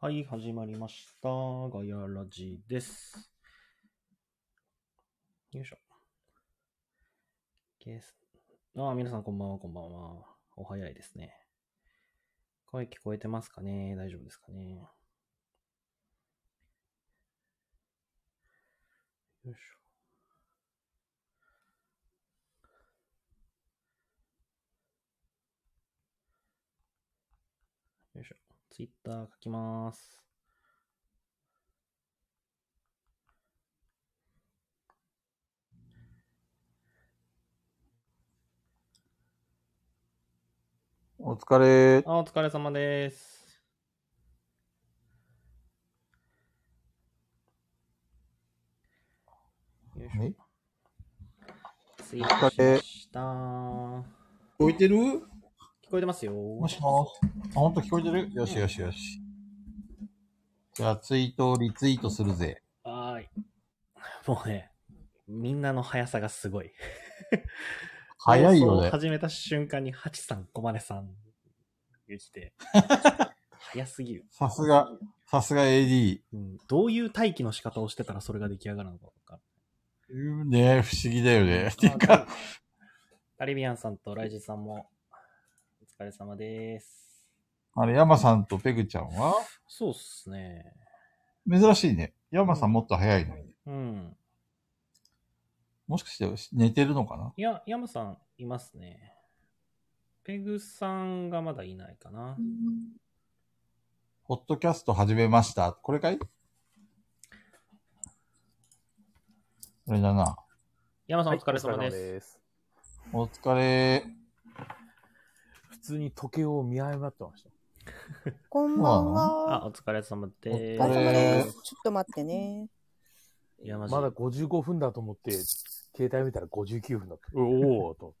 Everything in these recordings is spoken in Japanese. はい、始まりました。ガヤラジです。よいしょ。ケース。ああ、皆さんこんばんは、こんばんは。お早いですね。声聞こえてますかね大丈夫ですかねよいしょ。よいしょ。ツイッター書きます。お疲れ。あ、お疲れ様です。よいしょ。ツイッターした。聞こえてる聞こえてますよ。もしもし。あ、ほんと聞こえてるよしよしよし。じゃあ、ツイートをリツイートするぜ。はーい。 もうね、みんなの速さがすごい。 早いよね。始めた瞬間に、ハチさん、コマネさん、言って。 早すぎる。さすが、さすが AD、うん。どういう待機の仕方をしてたらそれが出来上がるのかか。うん、ね不思議だよね。っていうか。カリビアンさんとライジンさんもお疲れ様です。あれ、山さんとペグちゃんはそうっすね。珍しいね。山さんもっと早いのに。うん。もしかして寝てるのかないや、山さんいますね。ペグさんがまだいないかな。ホットキャスト始めました。これかいこれだな。山さんお疲れ様です。はい、ですお疲れ。普通に時計を見誤ってました。こんばんは。あ、お疲れ様です。お疲れ様です。ちょっと待ってね。いやまだ55分だと思って、携帯見たら59分だった。おおと思って。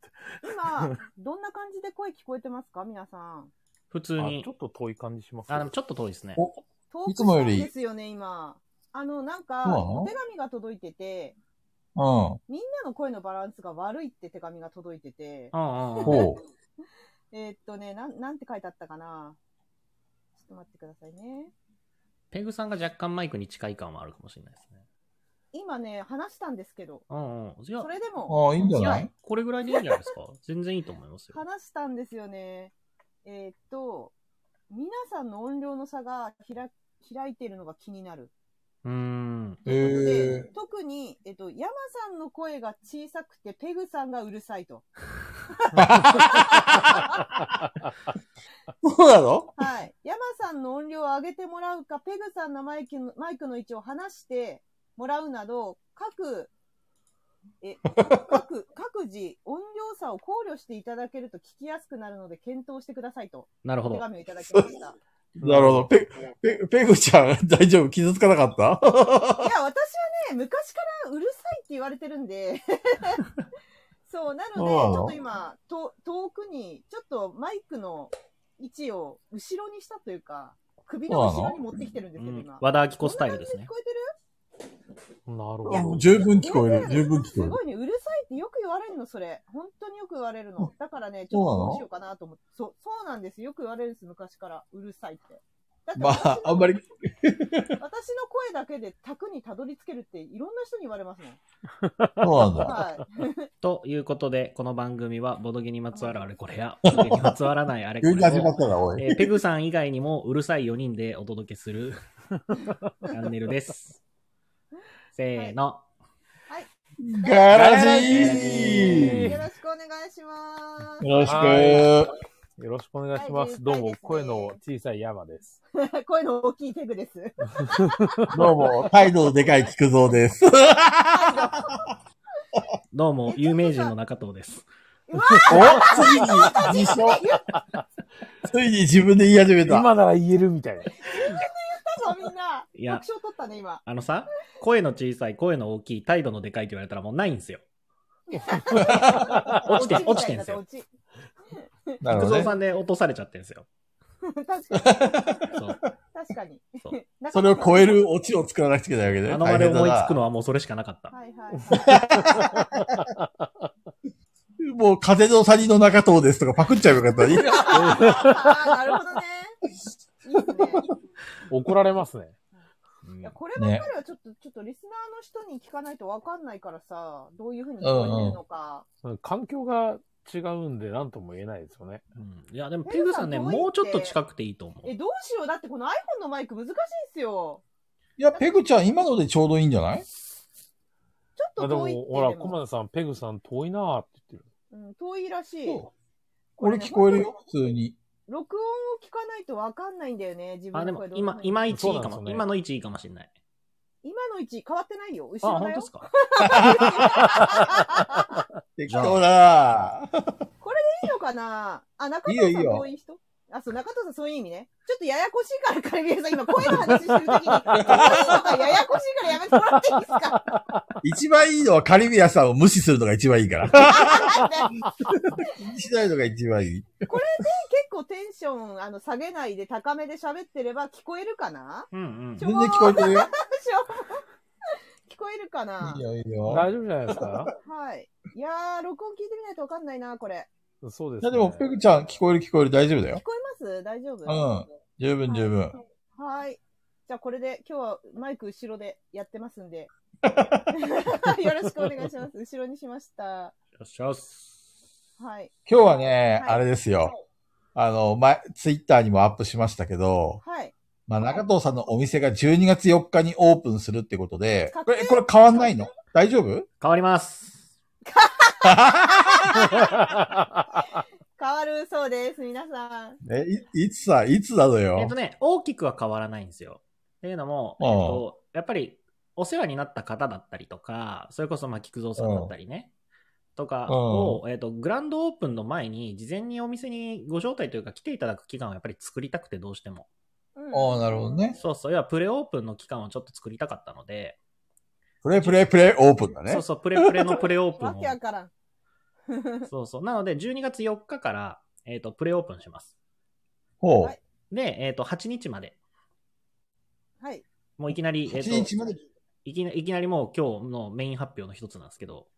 今、どんな感じで声聞こえてますか皆さん。普通に。ちょっと遠い感じします、ね、あ、でもちょっと遠いですね。遠いつもより。ですよね、今。あの、なんか、お手紙が届いてて、うん。みんなの声のバランスが悪いって手紙が届いてて、うん、うん。ほう。えー、っとね、なん、なんて書いてあったかな。ちょっと待ってくださいね。ペグさんが若干マイクに近い感はあるかもしれないですね。今ね、話したんですけど。うんうん。それでも。ああ、いいんじゃないこれぐらいでいいんじゃないですか全然いいと思いますよ。話したんですよね。えー、っと、皆さんの音量の差が開開いてるのが気になる。うん。えー、特に、えっと、山さんの声が小さくて、ペグさんがうるさ いと。そうなのはい。山さんの音量を上げてもらうか、ペグさんのマイクのマイクの位置を離してもらうなど、各、え、 各、各自、音量差を考慮していただけると聞きやすくなるので、検討してくださいと。なるほど。手紙をいただきました。なるほど。ペ、ペ、ペグちゃん、 大丈夫傷つかなかったいや、私はね、昔からうるさいって言われてるんでそう、なので、ちょっと今、と、遠くに、ちょっとマイクの位置を後ろにしたというか、首の後ろに持ってきてるんですけど、今。和田明子スタイルですね。、聞こえてるなるほど。十分聞こえる。十分聞こえる。すごいね、うるさいってよく言われるの、それ。本当によく言われるの。だからね、ちょっとどうしようかなと思って。そう、そうなんです。よく言われるんです、昔から。うるさいって。だってまあ、あんまり。私の声だけで卓にたどり着けるっていろんな人に言われますね。そうなんだ。はいということで、この番組はボドゲにまつわるあれこれ や、ボドゲにまつわらないあれこれを、えー、ペグさん以外にもうるさい4人でお届けする チャンネルです。せーの。はい。ガラジーよろしくお願いします。よろしくよろしくお願いします。はい、すね、どうも、声の小さい山です。声の大きいペグです。どうも、態度のでかい菊蔵です。どうも、有名人の中藤です。おついに、自称。ついに自分で言い始めた。今なら言えるみたいな。みんな。いや、取ったね、今。あのさ、声の小さい、声の大きい、態度のでかいって言われたらもうないんですよ。 落ちて、落ちてんですよ。なるほど、ね。さんで落とされちゃってんですよ。 確かに。そう。 確かに。 そうそれを超える落ちを作らなくちゃいけないわけで、、ね。あの場で思いつくのはもうそれしかなかった。はいはいはい、もう風の谷の中藤ですとかパクっちゃえばよかった。なるほどね。いいですね。怒られますね。うんいやこればっかりはちょっと、ちょっとリスナーの人に聞かないとわかんないからさ、どういうふうに聞こえてるのか。環境が違うんで何とも言えないですよね。うんいや、でもペグさんね、ペグさんもうちょっと近くていいと思う。え、どうしようだってこの iPhone のマイク難しいんすよ。いや、ペグちゃん、今のでちょうどいいんじゃないちょあっとで遠いっても、ほら、コマネさん、ペグさん遠いなーって言ってうん、遠いらしい。これ聞こえるよ、普通に。録音を聞かないとわかんないんだよね、自分あ、でのも声どうな今の、今一いいかそうなんでも。すよね今の位置いいかもしれない。今の位置変わってないよ。あ、後ろ本当だよで。すか適当だな。いいのかなあ、中い藤いよさいいよんそういう人あ、そう、中藤さんそういう意味ね。ちょっとややこしいから、カリビエさん、今声の話してるときに、そう いうのがややこしいからやめてもらっていいですか一番いいのはカリビアさんを無視するのが一番いい から。ねしないのが一番いい。結構テンション、あの、下げないで高めで喋ってれば聞こえるかな うんうん。全然聞こえてるよ。しょ聞こえるかないいよ、いいる。大よ。丈夫じゃないです かはい。いやー、録音聞いてみないとわかんないな、これ。そうでいす、や、でね。も、ペグちゃん、聞こえる聞こえる、大丈夫だ聞よ。こえます大丈夫うん十分、十分。はい。じゃあこれで今日はマイク後ろでやってますん で。よろしくお願いします。後ろにしました。よっしゃっす。はい。今日はね、はいあれですよ。あの、前、ツイッターにもアップしましたけど、はい。まあ、中藤さんのお店が12月4日にオープンするってことで、こ確れ、定これ変わんないの大丈夫変わります。変わるそうです、皆さん。え、いいつさ、いつなのえっよと。ね、大きくは変わらないんですよ。っていうのも、あえあっと、やっぱりお世話になった方だったりとか、それこそ、まあ、菊蔵さんだったりね、とかを、えっと、グランドオープンの前に、事前にお店にご招待というか来ていただく期間をやっぱり作りたくて、どうしても。うんああ、なるほどね。そうそう、要はプレオープンの期間をちょっと作りたかったので、プレイプレイプレイオープンだねそう。そう、プレプレのプレオープン わけわを。からん。そうそう。なので、12月4日から、えっ、と、プレオープンします。ほ。はいうで、えっ、と、8日まで。はい。もういきなり、えっ、 1日まとで。いきな、いきなりもう今日のメイン発表の一つなんですけど、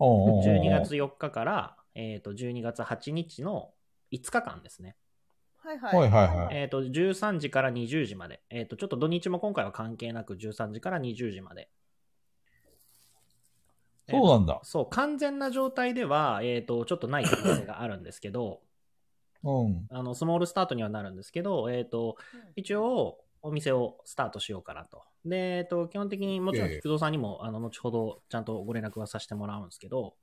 おうおうおう12月4日から、えっ、と、12月8日の5日間ですね。はいははいい。はいはい。えっ、と、13時から20時まで。えっ、と、ちょっと土日も今回は関係なく13時から20時まで。そうなんだ。そう、完全な状態では、えっ、と、ちょっとない可能性があるんですけど、うん。あの、スモールスタートにはなるんですけど、えっ、と、一応、お店をスタートしようかなと。で、えっ、と、基本的にもちろんええ菊蔵さんにも、あの、後ほどちゃんとご連絡はさせてもらうんですけど、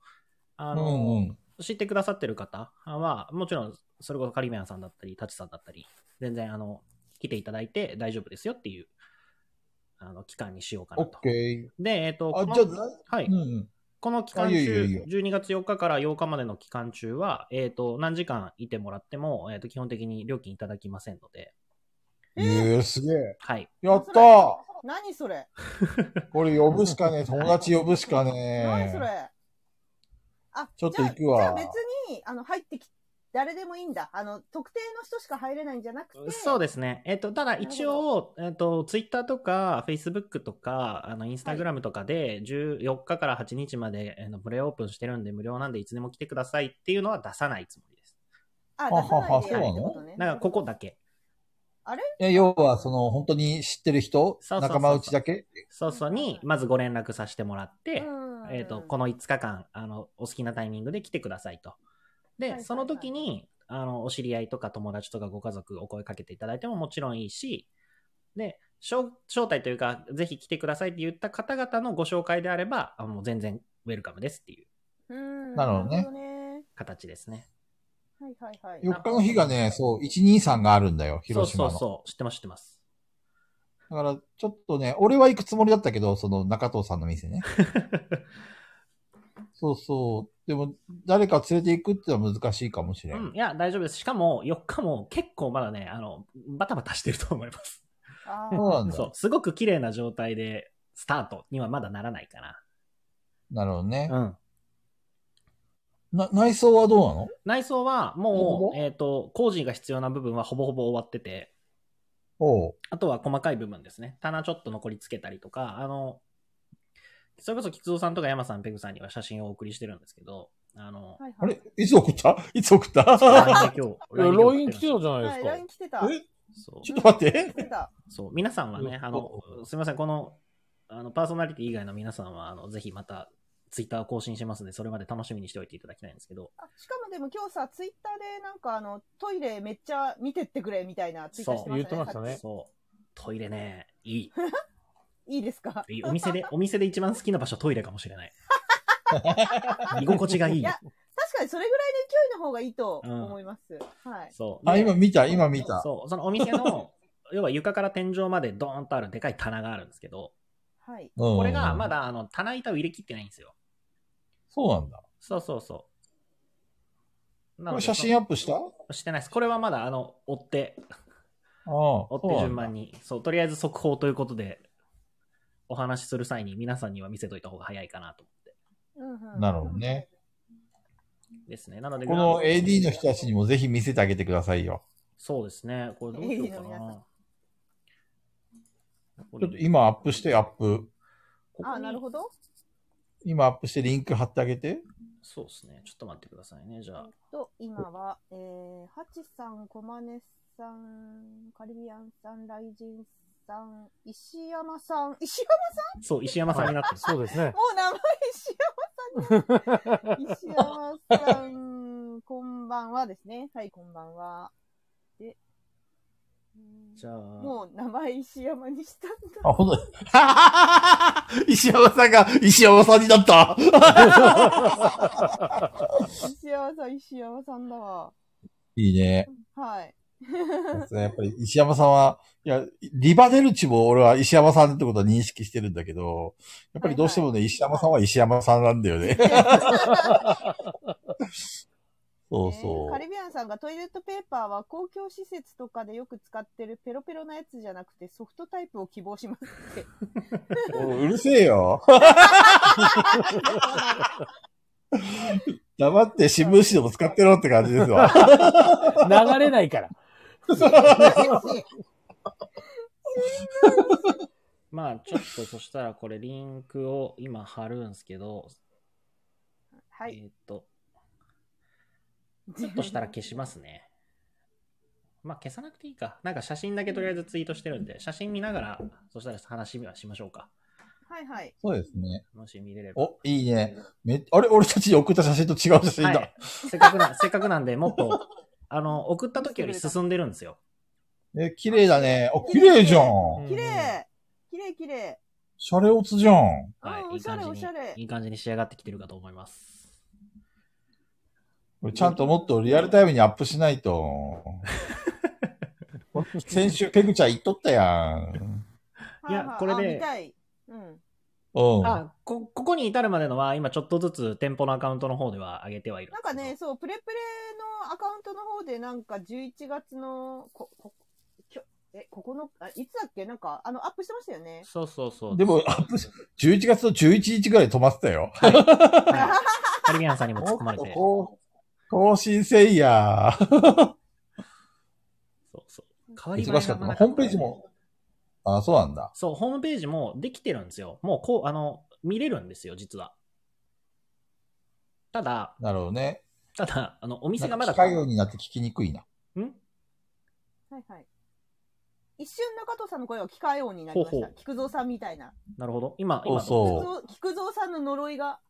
あうの、んうん。知ってくださってる方は、もちろん、それこそカリメアンさんだったり、タチさんだったり、全然、あの、来ていただいて大丈夫ですよっていう、あの、期間にしようかオなッと。ケー。で、えっ、と、あ、このじゃはい。あ、うん。この期間あいいよいい中よ、 12月4日から8日までの期間中は、えっ、と、何時間いてもらっても、えっ、と、基本的に料金いただきませんので、ええ、すげえ。はい。やったー何それこれ呼ぶし かねえ、友達呼ぶしかね何そえ。れあ、ちょっと行くわじゃあじゃあ別に、あの、入ってき、誰でもいいんだ。あの、特定の人しか入れないんじゃなくて。そうですね。えっ、と、ただ一応、えっ、と、ツイッターとか、フェイスブックとか、あの、インスタグラムとかで、14日から8日まで、あの、プレオープンしてるんで無料なんで、いつでも来てくださいっていうのは出さないつもりです。あ、出さないでやるってことね。だから、ここだけ。いや、要は、その、本当に知ってる人そうそうそうそう仲間内だけそうそうに、まずご連絡させてもらって、うんえっ、と、この5日間、あの、お好きなタイミングで来てくださいと。はいはいはで、いその時に、あの、お知り合いとか友達とかご家族お声かけていただいてももちろんいいし、で、招招待というか、ぜひ来てくださいって言った方々のご紹介であれば、あもう全然ウェルカムですっていううんなるほどねほどね。形ですね。はいはいはい。 4日の日がね、そう、123があるんだよ、広島の。そうそうそう、知ってます知って ます。だから、ちょっとね、俺は行くつもりだったけど、その中藤さんの店ね。そうそう。でも、誰か連れて行くってのは難しいかもしれん。うん、いや、大丈夫です。しかも、4日も結構まだね、あの、バタバタしてると思います。あそうーなんだ。そう、すごく綺麗な状態で、スタートにはまだならないかなるほどね、な。うん。な。内装はどうなの内装はほぼもほぼう、えっ、と、工事が必要な部分はほぼほぼ終わってて、おう。あとは細かい部分ですね。棚ちょっと残りつけたりとか、あの、それこそ菊蔵さんとか山さん、ペグさんには写真をお送りしてるんですけど、あの、はいはいあれいつ送ったいつ送った LINE で今日、 LINE 来来ててたじゃないではい、すか。 LINE 来てた。えそう。ちょっと待って。出た。そう、皆さんはね、うんあの、すみません、この、あの、パーソナリティ以外の皆さんは、あの、ぜひまた、ツイッターを更新しますんで、それまで楽しみにしておいていただきたいんですけど、あしかもでも今日さ、ツイッターでなんかあの、トイレめっちゃ見てってくれみたいなツイッターしてましたね。そう言ってましたねさっそう、トイレね、いきいいですかい。いいお店で、お店で一番好きな場所トイレかもしれない。 居心地がいいい。や確かにそれぐらいの勢いの方がいいと思います。はい。そう。あ、で今見た、今見た。そう、そのお店 の、要は床から天井までドーンとあるでかい棚があるんですけど、はい。うんこれがま。だあの棚板を入れ切ってないんですよ。そうなんだ。そうそうそう。なのこれで写真アップしたあしてないです。これはまだ、あの、追って、あ。追追って順番に。そう、とりあえず速報ということで、お話しする際に皆さんには見せといた方が早いかなと思って。うんうんうんなるほどね。ですね。なので、こあの AD の人たちにもぜひ見せてあげてくださいよ。そうですね。これどうしようか AD の皆さな。ちょっと今アップして、アップ。ここにあ、なるほど。今アップしてリンク貼ってあげて。そうですね。ちょっと待ってくださいね。じゃえっあ、と、今は、えー、ハチさん、コマネさん、カリビアンさん、ライジンさん、石山さん、石山そう、石山さんになってる。そうですね。もう名前石山さんに。石山さん、こんばんはですね。はい、こんばんは。で、うんじゃあ、もう名前石山にしたんだ。あ、ほんと だ石山さんが石山さんになった石山さん、石山さんだわ。いいね。 はい。やっぱり石山さんは、いや、リバデルチも俺は石山さんってことは認識してるんだけど、やっぱりどうしてもね、石山さんは石山さんなんだよね。そうそねカう。リビアンさんがトイレットペーパーは公共施設とかでよく使ってるペロペロなやつじゃなくてソフトタイプを希望しますって。 おううるせえ よ。黙って新聞紙でも使ってろって感じですわ。流れないから。まあ、ちょっとそしたらこれリンクを今貼るんですけど、はえい。ーっと、ちょっとしたら消しますね。 まあ消さなくていいか。なんか写真だけとりあえずツイートしてるんで、写真見ながら、そしたら話はしましょうか。 はいはい。そうですね。もし見れれば。お、いいね。め、あれ俺たちに送った写真と違う写真だ。はい。せっかくな、せっかくなんで、もっと、あの、送った時より進んでるんですよ。え、綺麗だね。あ、綺麗じゃん。うん綺麗綺麗綺麗シャレオツじゃん。はあい。おいいしゃ感れじおしゃれに、いい感じに仕上がってきてるかと思います。ちゃんともっとリアルタイムにアップしないと。先週ペグちゃん言っとったやん。いやははこれであ見たい。うん。うん。あ、こ、ここに至るまでのは、今ちょっとずつ店舗のアカウントの方では上げてはいるなんかね、、そう、プレプレのアカウントの方で、なんか11月の、こ、こ、きょえ、ここの、あいつだっけなんか、あの、アップしてましたよね。そうそうそう。でも、アップし、11月の11日ぐらいで止まってたよ。はい、カリビアンさんにも突っ込まれて。こう更新せいや。そうそう。変わり映え忙がしかったまな。だホームページも。あ、そうなんだ。そう、ホームページもできてるんですよ。もうこう、あの、見れるんですよ、実は。ただ、なるほどね。ただ、あの、お店がまだ機、械音になって聞きにくいな。んはいはい。一瞬中藤さんの声が機械音になりまほしうたほう。菊蔵さんみたいな。なるほど。今、今、そう菊蔵菊蔵さんの呪いが。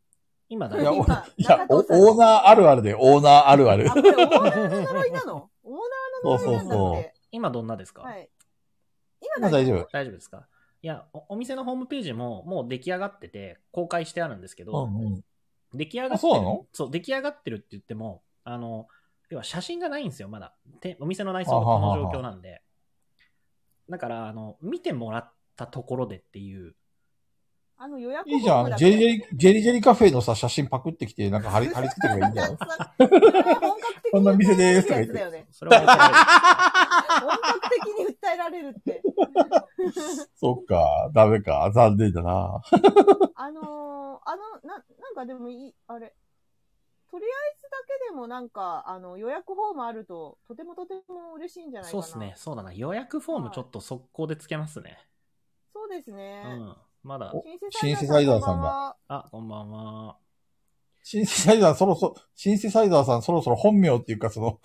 今だいや、ね。おい今やお中藤さんオーナーあるあるで、オーナーあるあるあ、。これオーナーの呪い なのオーナーの呪いなんだそうっそうて。今どんなですか、はい。まあ大丈夫。大丈夫ですかいやお、お店のホームページももう出来上がってて、公開してあるんですけど、うんうん。出来上があ、ってそうなるのそう、出来上がってるって言っても、あの、要は写真がないんですよ、まだ。てお店の内装がこの状況なんで。だから、あの、見てもらったところでっていう。あの予約いいじゃん。ジェリジェリ、ジェリジェリカフェのさ、写真パクってきて、なんか貼り、貼り付けてればいいん だよ。 本格的 にこんな店ですとかや言っつだよねて。それはやってないです本格的に訴えられるって。そっか、ダメか、残念だな。あのーあの、な、なんかでもいい、あれ。とりあえずだけでもなんか、あの、予約フォームあると、とてもとても嬉しいん じゃないかそうな。ですね。。そうだな。予約フォームちょっと速攻でつけますね。そうですうね。ん。まだ。おシンセサイザーさんこんばんは。あ、こんばんは。シンセサイザーそろそろ、シンセサイザーさんそろそろ本名っていうかその、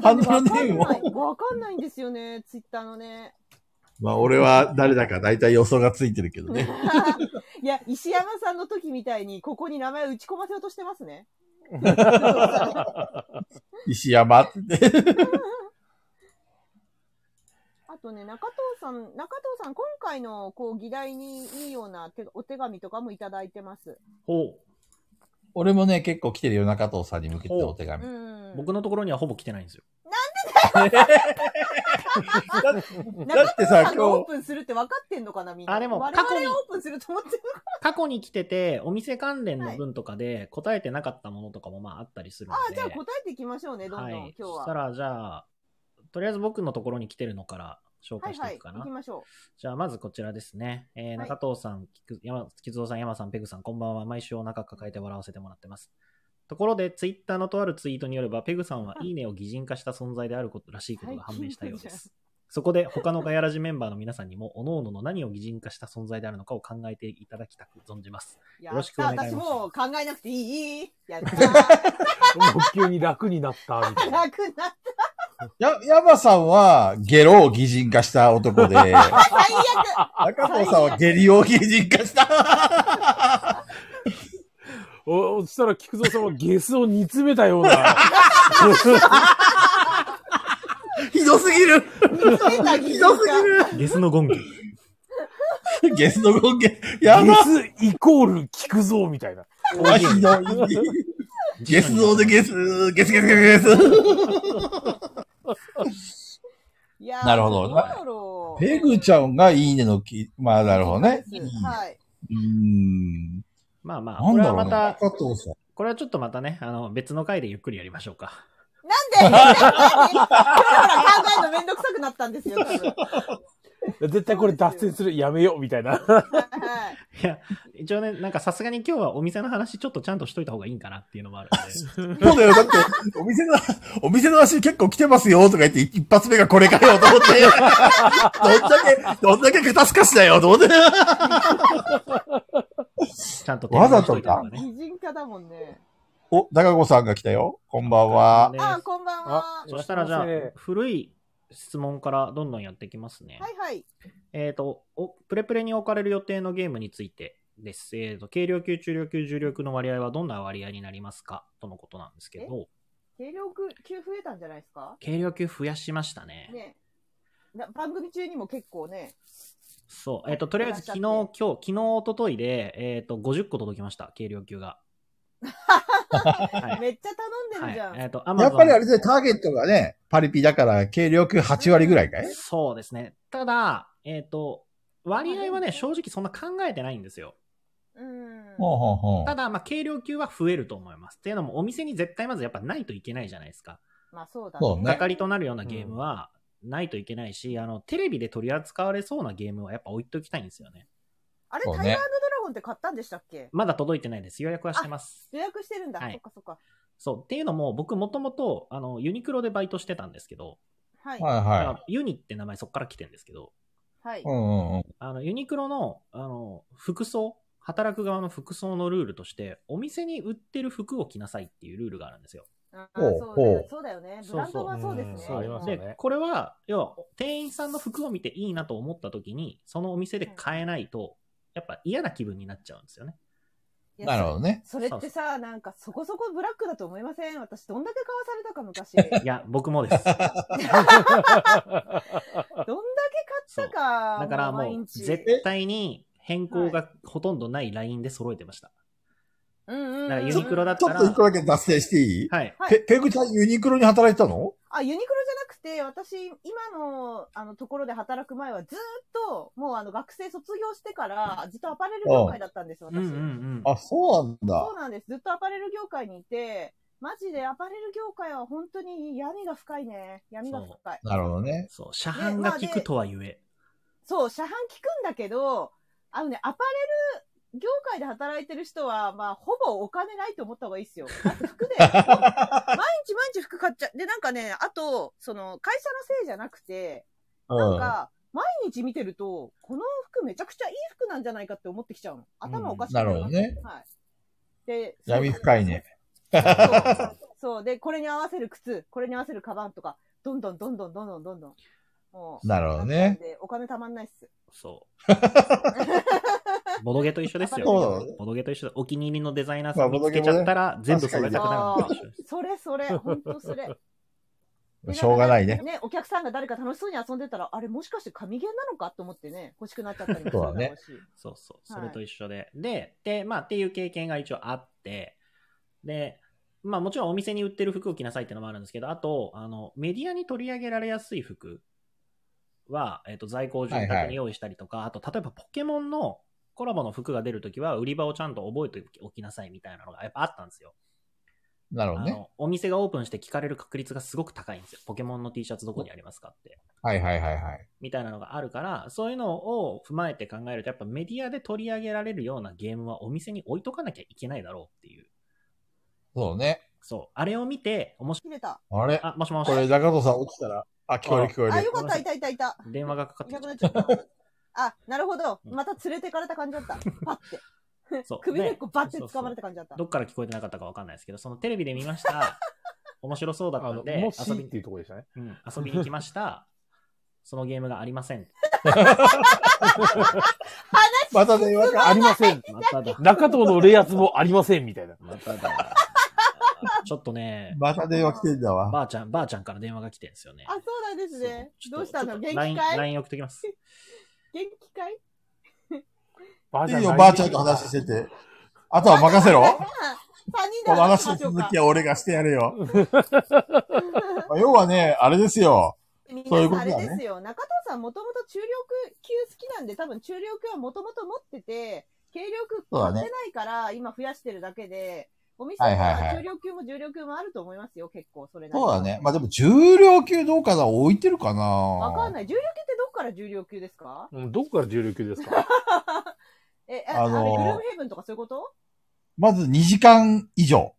ハだンねドルわネかームんないを。。わかんないんですよね、ツイッターのね。 まあ俺は誰だか大体予想がついてるけどね。いや、石山さんの時みたいに、ここに名前打ち込ませようとしてま すね。あ石山って。とね、中藤さん、中藤さん、今回の、こう、議題にいいような手お手紙とかもいただいてます。ほ俺もね、結構来てるよ、中藤さんに向けてお手紙う。う。ん。僕のところにはほぼ来てないんですよ。だってさ、あのオー今プンするって分かってんのかな、みんな。あでも我過去に々オープンすると思ってる。過去に来てて、お店関連の分とかで答えてなかったものとかもまああったりするああ、んじで。ゃあ答えていきましょうね、どんどはん、い。今日そは。したはら、じゃあ、とりあえず僕のところに来てるのから紹介いしはてい、いくかな。行きましょじゃあ、まずこちらですね。えーはい中藤さん、菊山菊蔵さん、山さん、ペグさん、こんばんは。毎週お腹抱えて笑わせてもらってます。ところで、ツイッターのとあるツイートによれば、ペグさんははいいいねを擬人化した存在であることらしいことが判明したようで最近じす。そこで、他のガヤラジメンバーの皆さんにも、各々の何を擬人化した存在であるのかを考えていただきたく存じます。う。よろしくお願いしますやった私もう考えなくていいやったもう急に楽になった、みたいな。楽なった。や、山さんは、ゲロを擬人化した男 で、中最悪藤さんは下痢を擬人化した。おそしたら、菊蔵さんはゲスを煮詰めたような。ひどすぎる変な擬ひ人化どすゲスのゴング。ぎるゲスの権限。やばゲスイコール菊蔵みたいな。ひどい。ゲスのでゲス、ゲスゲスゲスゲス。 いやーなるほどどうだろうペグちゃんがいいねのき、まあなるほどね。はい。うーん。まあまあ、なこんれだはろまうね。た、中藤さん。これはちょっとまたね、あの、別の回でゆっくりやりましょうか。なんで なんで今日から考えるのめんどくさくなったんですよ、多分。絶対これ脱線する、やめよう、みたいな。はいいや、一応ね、なんかさすがに今日はお店の話ちょっとちゃんとしといた方がいいんかなっていうのもある んで。そうだよ。だって、お店の、お店の足結構来てますよとか言って、一発目がこれかよと思 って。どんだけ、どんだけ肩透かしだよと思って。ちゃんとわざと提案しかといた方がね擬人化だもんね。お、中子さんが来たよ。こんばんは。あ、こんばんは。そしたらじゃあすいません、古い質問からどんどんやっていきますね。はいはい。えっ、とお、プレプレに置かれる予定のゲームについてです。えっ、と、軽量級、中量級、重量級の割合はどんな割合になりますかとのことなんですけど、軽量級増えたんじゃないですか軽量級増やしましたね。ね。な番組中にも結構ね。そう。えっ、と、とりあえず昨日、いらっしゃ今日、昨日、一昨日で、えっ、と、50個届きました。軽量級が。はい。 めっちゃ頼んでるじゃん。はいえっ、と、アやっぱりあれでターゲットがね、パリピだから軽量級8割ぐらいかいそうですね。ただ、えっ、と、割合はね、正直そんな考えてないんですよ。うん。うほうほただ、まあ、軽量級は増えると思います。っていうのも、お店に絶対まずやっぱないといけないじゃないですか。まあそうだそうねがかりとなるようなゲームはないといけないし、あの、テレビで取り扱われそうなゲームはやっぱ置いときたいんですよね。あれ、そうね。タイガードラゴンって買ったんでしたっけまだ届いてないです。予約はしてます。予約してるんだ。はいそっかそっか。そう。っていうのも、僕もともと、あの、ユニクロでバイトしてたんですけど、はいうはいまはあユニって名前そっから来てんですけど、はいい。う。んうんうん。あの、ユニクロの、あの、服装、働く側の服装のルールとして、お店に売ってる服を着なさいっていうルールがあるんですよ。あほうそうだよほうそうだよね。ブそうラそうンドはそうですうね。んありますよねで、これは、要は、店員さんの服を見ていいなと思った時に、そのお店で買えないと、やっぱ嫌な気分になっちゃうんですよね。いやなるほどね。それってさ、なんかそこそこブラックだと思いません私どんだけ買わされたか昔。いや、僕も です。どんだけ買ったか。だから毎もう、日絶対に変更がほとんどないラインで揃えてました。うんうんうん。だからユニクロだっちたょっと一個ら、だけ脱線していいはい。はいペペグちゃんユニクロに働いてたのあ、ユニクロじゃなくて、私、今の、あの、ところで働く前はずーっと、もうあの、学生卒業してから、ずっとアパレル業界だったんですよ、うんうん私。うん。あ、そうなんそうだ。なんです。ずっとアパレル業界にいて、マジでアパレル業界は本当に闇が深いね。闇が深い。なるほどね。そう、車販が効くとはゆえ。そう、車販聞くんだけど、あのね、アパレル業界で働いてる人は、まあ、ほぼお金ないと思った方がいいですよ。だって服で、 毎日毎日服買っちゃ、で、なんかね、あと、その、会社のせいじゃなくて、なんうん。か、毎日見てると、この服めちゃくちゃいい服なんじゃないかって思ってきちゃうの。頭おかしくななるほどねはい。で、闇深いね。そうそう。で、これに合わせる靴、これに合わせるカバンとか、どんどんどんどんどんどんどんどん。もう。なるほどねなんで。お金たまんないっす。 そう。ボドゲと一緒ですそうよだね。ボドゲと一緒だ。お気に入りのデザイナーまさあん見ボつドゲけもちねゃったら、全部揃えたくなるのと一緒です。それそれ、ほんとそれ。でしょうがないね。ね、お客さんが誰か楽しそうに遊んでたら、あれもしかして神ゲーなのかと思ってね、欲しくなっちゃったりもするだろうし。そうそう。そはいれと一緒で。で、で、まあ、っていう経験が一応あって、で、まあ、もちろんお店に売ってる服を着なさいってのもあるんですけど、あと、あの、メディアに取り上げられやすい服は、えっ、と、在庫を住はい宅はにい用意したりとか、あと、例えばポケモンのコラボの服が出るときは、売り場をちゃんと覚えておきなさいみたいなのがやっぱあったんですよ。なるほあどね。の、お店がオープンして聞かれる確率がすごく高いんですよ。ポケモンの T シャツどこにありますかって。はいはいはいはい。みたいなのがあるから、そういうのを踏まえて考えると、やっぱメディアで取り上げられるようなゲームはお店に置いとかなきゃいけないだろうっていう。そうね。そう。あれを見て、面白い。切れた。あれあ、もしもしこ。れ、中藤さん落ちたら、あ、聞こえる聞こえあ、るよ。かった、いたいたいた。電話がかかっいてなくなっきちゃた。った。 あ、なるほど。また連れてかれた感じだった。パッて。そう首根っこバッてそうそう掴まれた感じだった。どっから聞こえてなかったかわかんないですけど、そのテレビで見ました。面白そうだったあんの、で、もし遊っびていうところでしたね。うん、遊びに来ました。そのゲームがありません。また電話か。ありません。まただ。中藤のレアツもありません、みたいな。まただ。 ちょっとね、また電話来てんだわ。ばあちゃん、ばあちゃんから電話が来てるんですよね。あ、そうなんですね。そどうしたのちょっとちょ元気っと LINE かい LINE 送っときます。元気かいばいいよ、ばあちゃんと話してて。あとは任せろ。三人でこの話話しまのしょう続かき。は俺がしてやるよ。まあ要はね、あれですよ。皆そういうさんことあだねれですよ。中藤さんもともと中量級好きなんで、多分中量級はもともと持ってて、軽量級そう買だねってないから、今増やしてるだけで、お店にはいはいははい中量級も重量級もあると思いますよ、結構、それなりにそうだね。。まあでも、重量級どうかな置いてるかなわかんい。ない。重量級ってどこから重量級ですかうんどこから重量級ですかえ、あ,、あのーあれ、グルームヘブンとかそういうことまず2時間以上。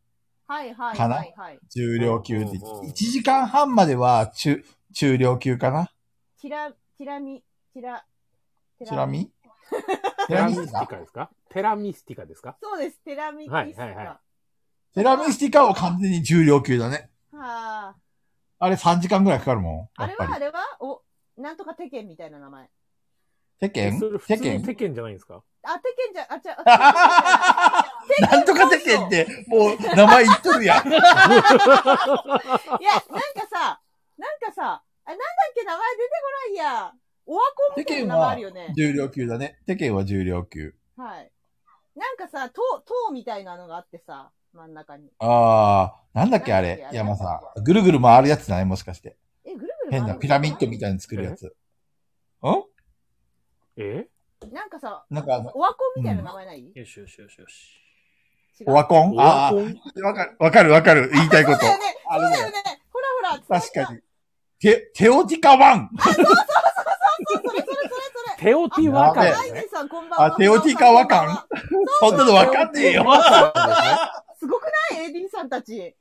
はいはいかなはいはい。重量級って。うんうんうん1時間半までは中、中量級かなティラ、ティラミ、ティラ、テチラミテテララミミステスィティカカですかテラミスティカですかそうです、ティラミティスカ。はいはいはテラミスティカを完全に重量級だね。はあ、あれ3時間ぐらいかかるもん。あやっれぱはあり。れは、お、なんとかテケンみたいな名前。テケンそれ普テ通ケンにテケンじゃないんで すかあ、テケンじゃ、あ、ちゃ、なんとか世間って、もう名前言っとるやん。いや、なんかさ、なんかさ、あ、なんだっけ名前出てこないや。オワコンみたいな名前あるよね。重量級だね。テケンは重量級。はい。なんかさ、塔、塔みたいなのがあってさ、真ん中に。ああ、なんだっけあれ、山さん。ぐるぐる回るやつだね、もしかして。え、ぐるぐる変なピラミッドみたたいに作るやつ。んえいな。なんかさ、なんかあの、オワコンみたいな名前ない、違うよしよしよしよし。オワコンオワあコンあ、わかる、わかる、わかる。言いたいこと そう。だよね。あそうれねだよね。ほらほら。確かに。テ、テオティカワンそれそれそれそれ。テオティワカあンやべでアすイジねー。さんこんばんは。あテオティカワカンこんばんはそんなのわかんねえよ。すごくない ?AD さんたち。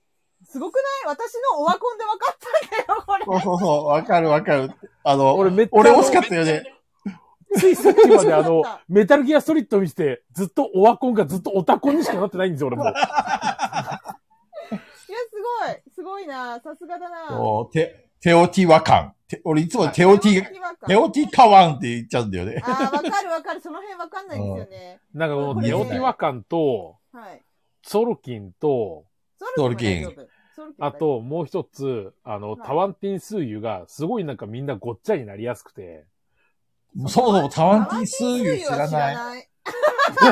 すごくない私のオワコンで分かったんだよ、これ。そうそうそう、 わかるわかる。あの、俺俺めっちゃ惜しかったよね。ついさっきまであそうのだった、メタルギアストリッド見せて、ずっとオワコンがずっとオタコンにしかなってないんですよ、 俺もう。いや、すごい。すごいな。さすがだな。そうテ、テオティワカン。て俺いつもテオティ、テオティカワンって言っちゃうんだよね。ああ、わかるわかる。その辺わかんないんですよね。なんかこのテオティワカンと、はい。ソルキンと、ソルキンも大丈夫。ソルキンも大丈夫あ、ともう一つ、あの、タワンティンスーユが、すごいなんかみんなごっちゃになりやすく て、そもそもタワンティスーユ知らない。い。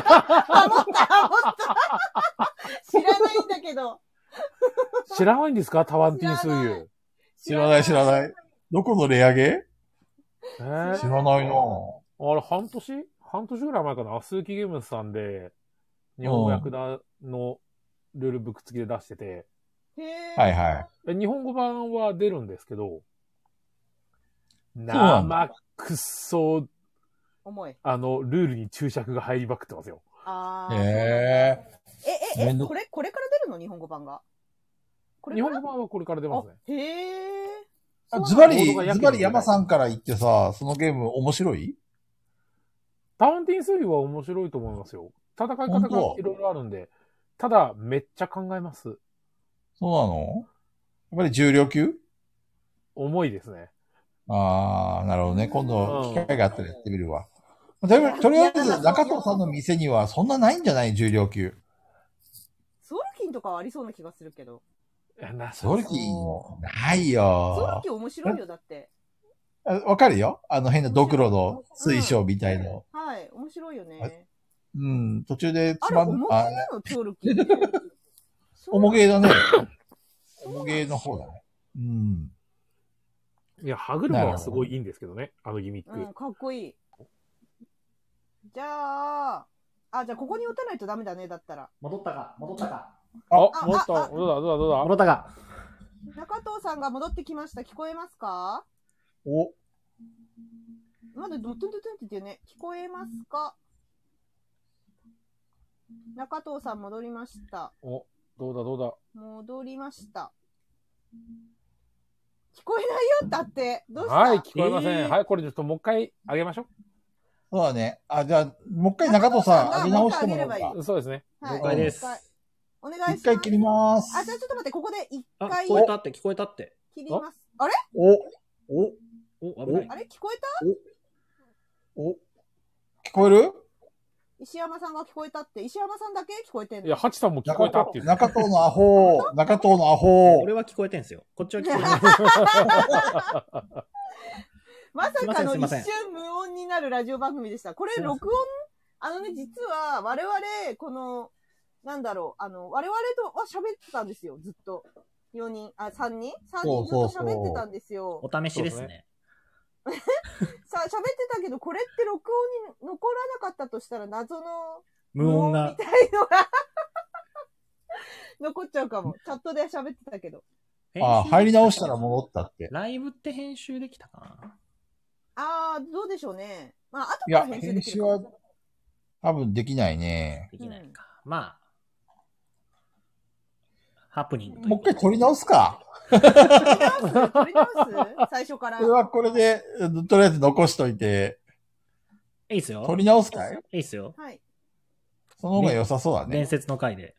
ハモった、ハモった。知らないんだけど。知らないんですかタワンティンスーユ。知らない知らない。どこのレアゲえない知ー、らないなぁあれ、半年半年ぐらい前かなスーキゲームズさんで、日本語訳だのルールブック付きで出してて、へえ。はいはえ日本語版は出るんですけど、なんだ生くっそ、重い。あの、ルールに注釈が入りまくってますよ。あい。あ。へえ。え、え、めえ、んどこれ、これから出るの日本語版が。こ日れか本ら語版はこれから出ますね。あへえ。あズバボーリ、ドがやけズにバリ山さんから言ってさ、そのゲーム面白いタウンティンスーユは面白いと思いますよ。戦い方がい本当ろいろあるんで、ただ、めっちゃ考えます。そうなのやっぱり重量級重いですね。ああ、なるほどね。今う度、ん機会があったらやってみるわ。とりあえずとりあえず、中藤さんの店にはそんなないんじゃない重量級。ソルキンとかはありそうな気がするけど。いやなソルキンもないよソル。キン面白いよ、だって。あわかるよ。あの変なドクロの水晶みたいの。はい、面白いよね。うん、途中であつれ、ま重んげあなの、ソルキンって。重げだね。そう重げの方だね。うん。いや、歯車はすごいいいんですけどね、あのギミック。うん、かっこいい。じゃあ、あ、じゃあここに打たないとダメだね、だったら。戻ったか、戻ったか。あ、もあっと、ああどうだ、どうだ、どうだ。戻ったか。中藤さんが戻ってきました。聞こえますかお、まだドトンドトンって言ってるね。聞こえますか中藤さん戻りました。お、どうだ、どうだ。戻りました。聞こえないよだって。どうした、はい、聞こえません。えーはい、これちょっともう一回上げましょそうだね。あ、じゃあ、もう一回中藤さん上げ直してもらおう中藤さんがもう一回上げればいいか。う。そうですね。はい了解です。もう一回お願いします。一回切りますあ、じゃあちょっと待って、ここで一あ、回聞こえたって、聞こえたって。切ります。あれお、お、お、危ないあ。れ聞こえたお、聞こえる石山さんが聞こえたって。石山さんだけ聞こえてんのいや、ハチさんも聞こえたっていう。中藤のアホー、中藤のアホー俺。は聞こえてんすよ。こっちは聞こえ ない。まさすいまかせんのすい一ません瞬無音になるラジオ番組でした。これすいません録音あのね、実は我々、この、なんだろう、あの、我々とは喋ってたんですよ、ずっと。4人、あ、3人 ?3 人ずっと喋ってたんですよ。お試しですそうね。さあ、喋ってたけど、これって録音に残らなかったとしたら謎の無音がみ。たいのが 残っちゃうかも。チャットで喋ってたけど。編集あ、入り直したら戻ったって。ライブって編集できたかなあー、どうでしょうね。まあ、後いかや、ら編集で編き集るかもは多分できないね。できないか。まあ、ハプニングというもうこ一とで回取り直すか。撮り直す最初からこれ。はこれで、うんとりあえず残しといて、いいっすよ。取り直すかいいいっすよ。はい。その方が良さそうだ伝ね。説の回で。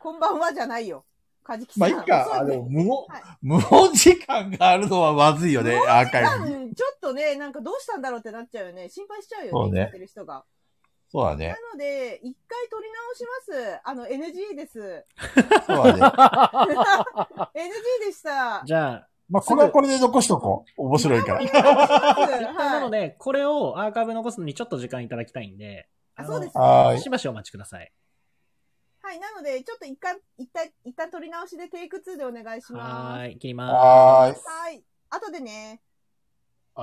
こんばんはじゃないよ。カジキさん。まあ、いいか。あ遅いでねも無音はい、無音時間があるのはまずいよね、アーカイブに。うんちょっとね、なんかどうしたんだろうってなっちゃうよね。心配しちゃうそようね。ね聞いてる人が。そうだなね。ので、一回撮り直します。あの、NG です。そうだね。 NG でした。じゃあ、まあ、これはこれで残しとこう。面白いから。なのはい。で、これをアーカイブ残すのにちょっと時間いただきたいんで、あそうですね。ははい。しばしお待ちください。い。なので、ちょっと一回、一旦、一旦撮り直しでテイク2でお願いしはます。ーい、切ります。はーい。はい。後でね。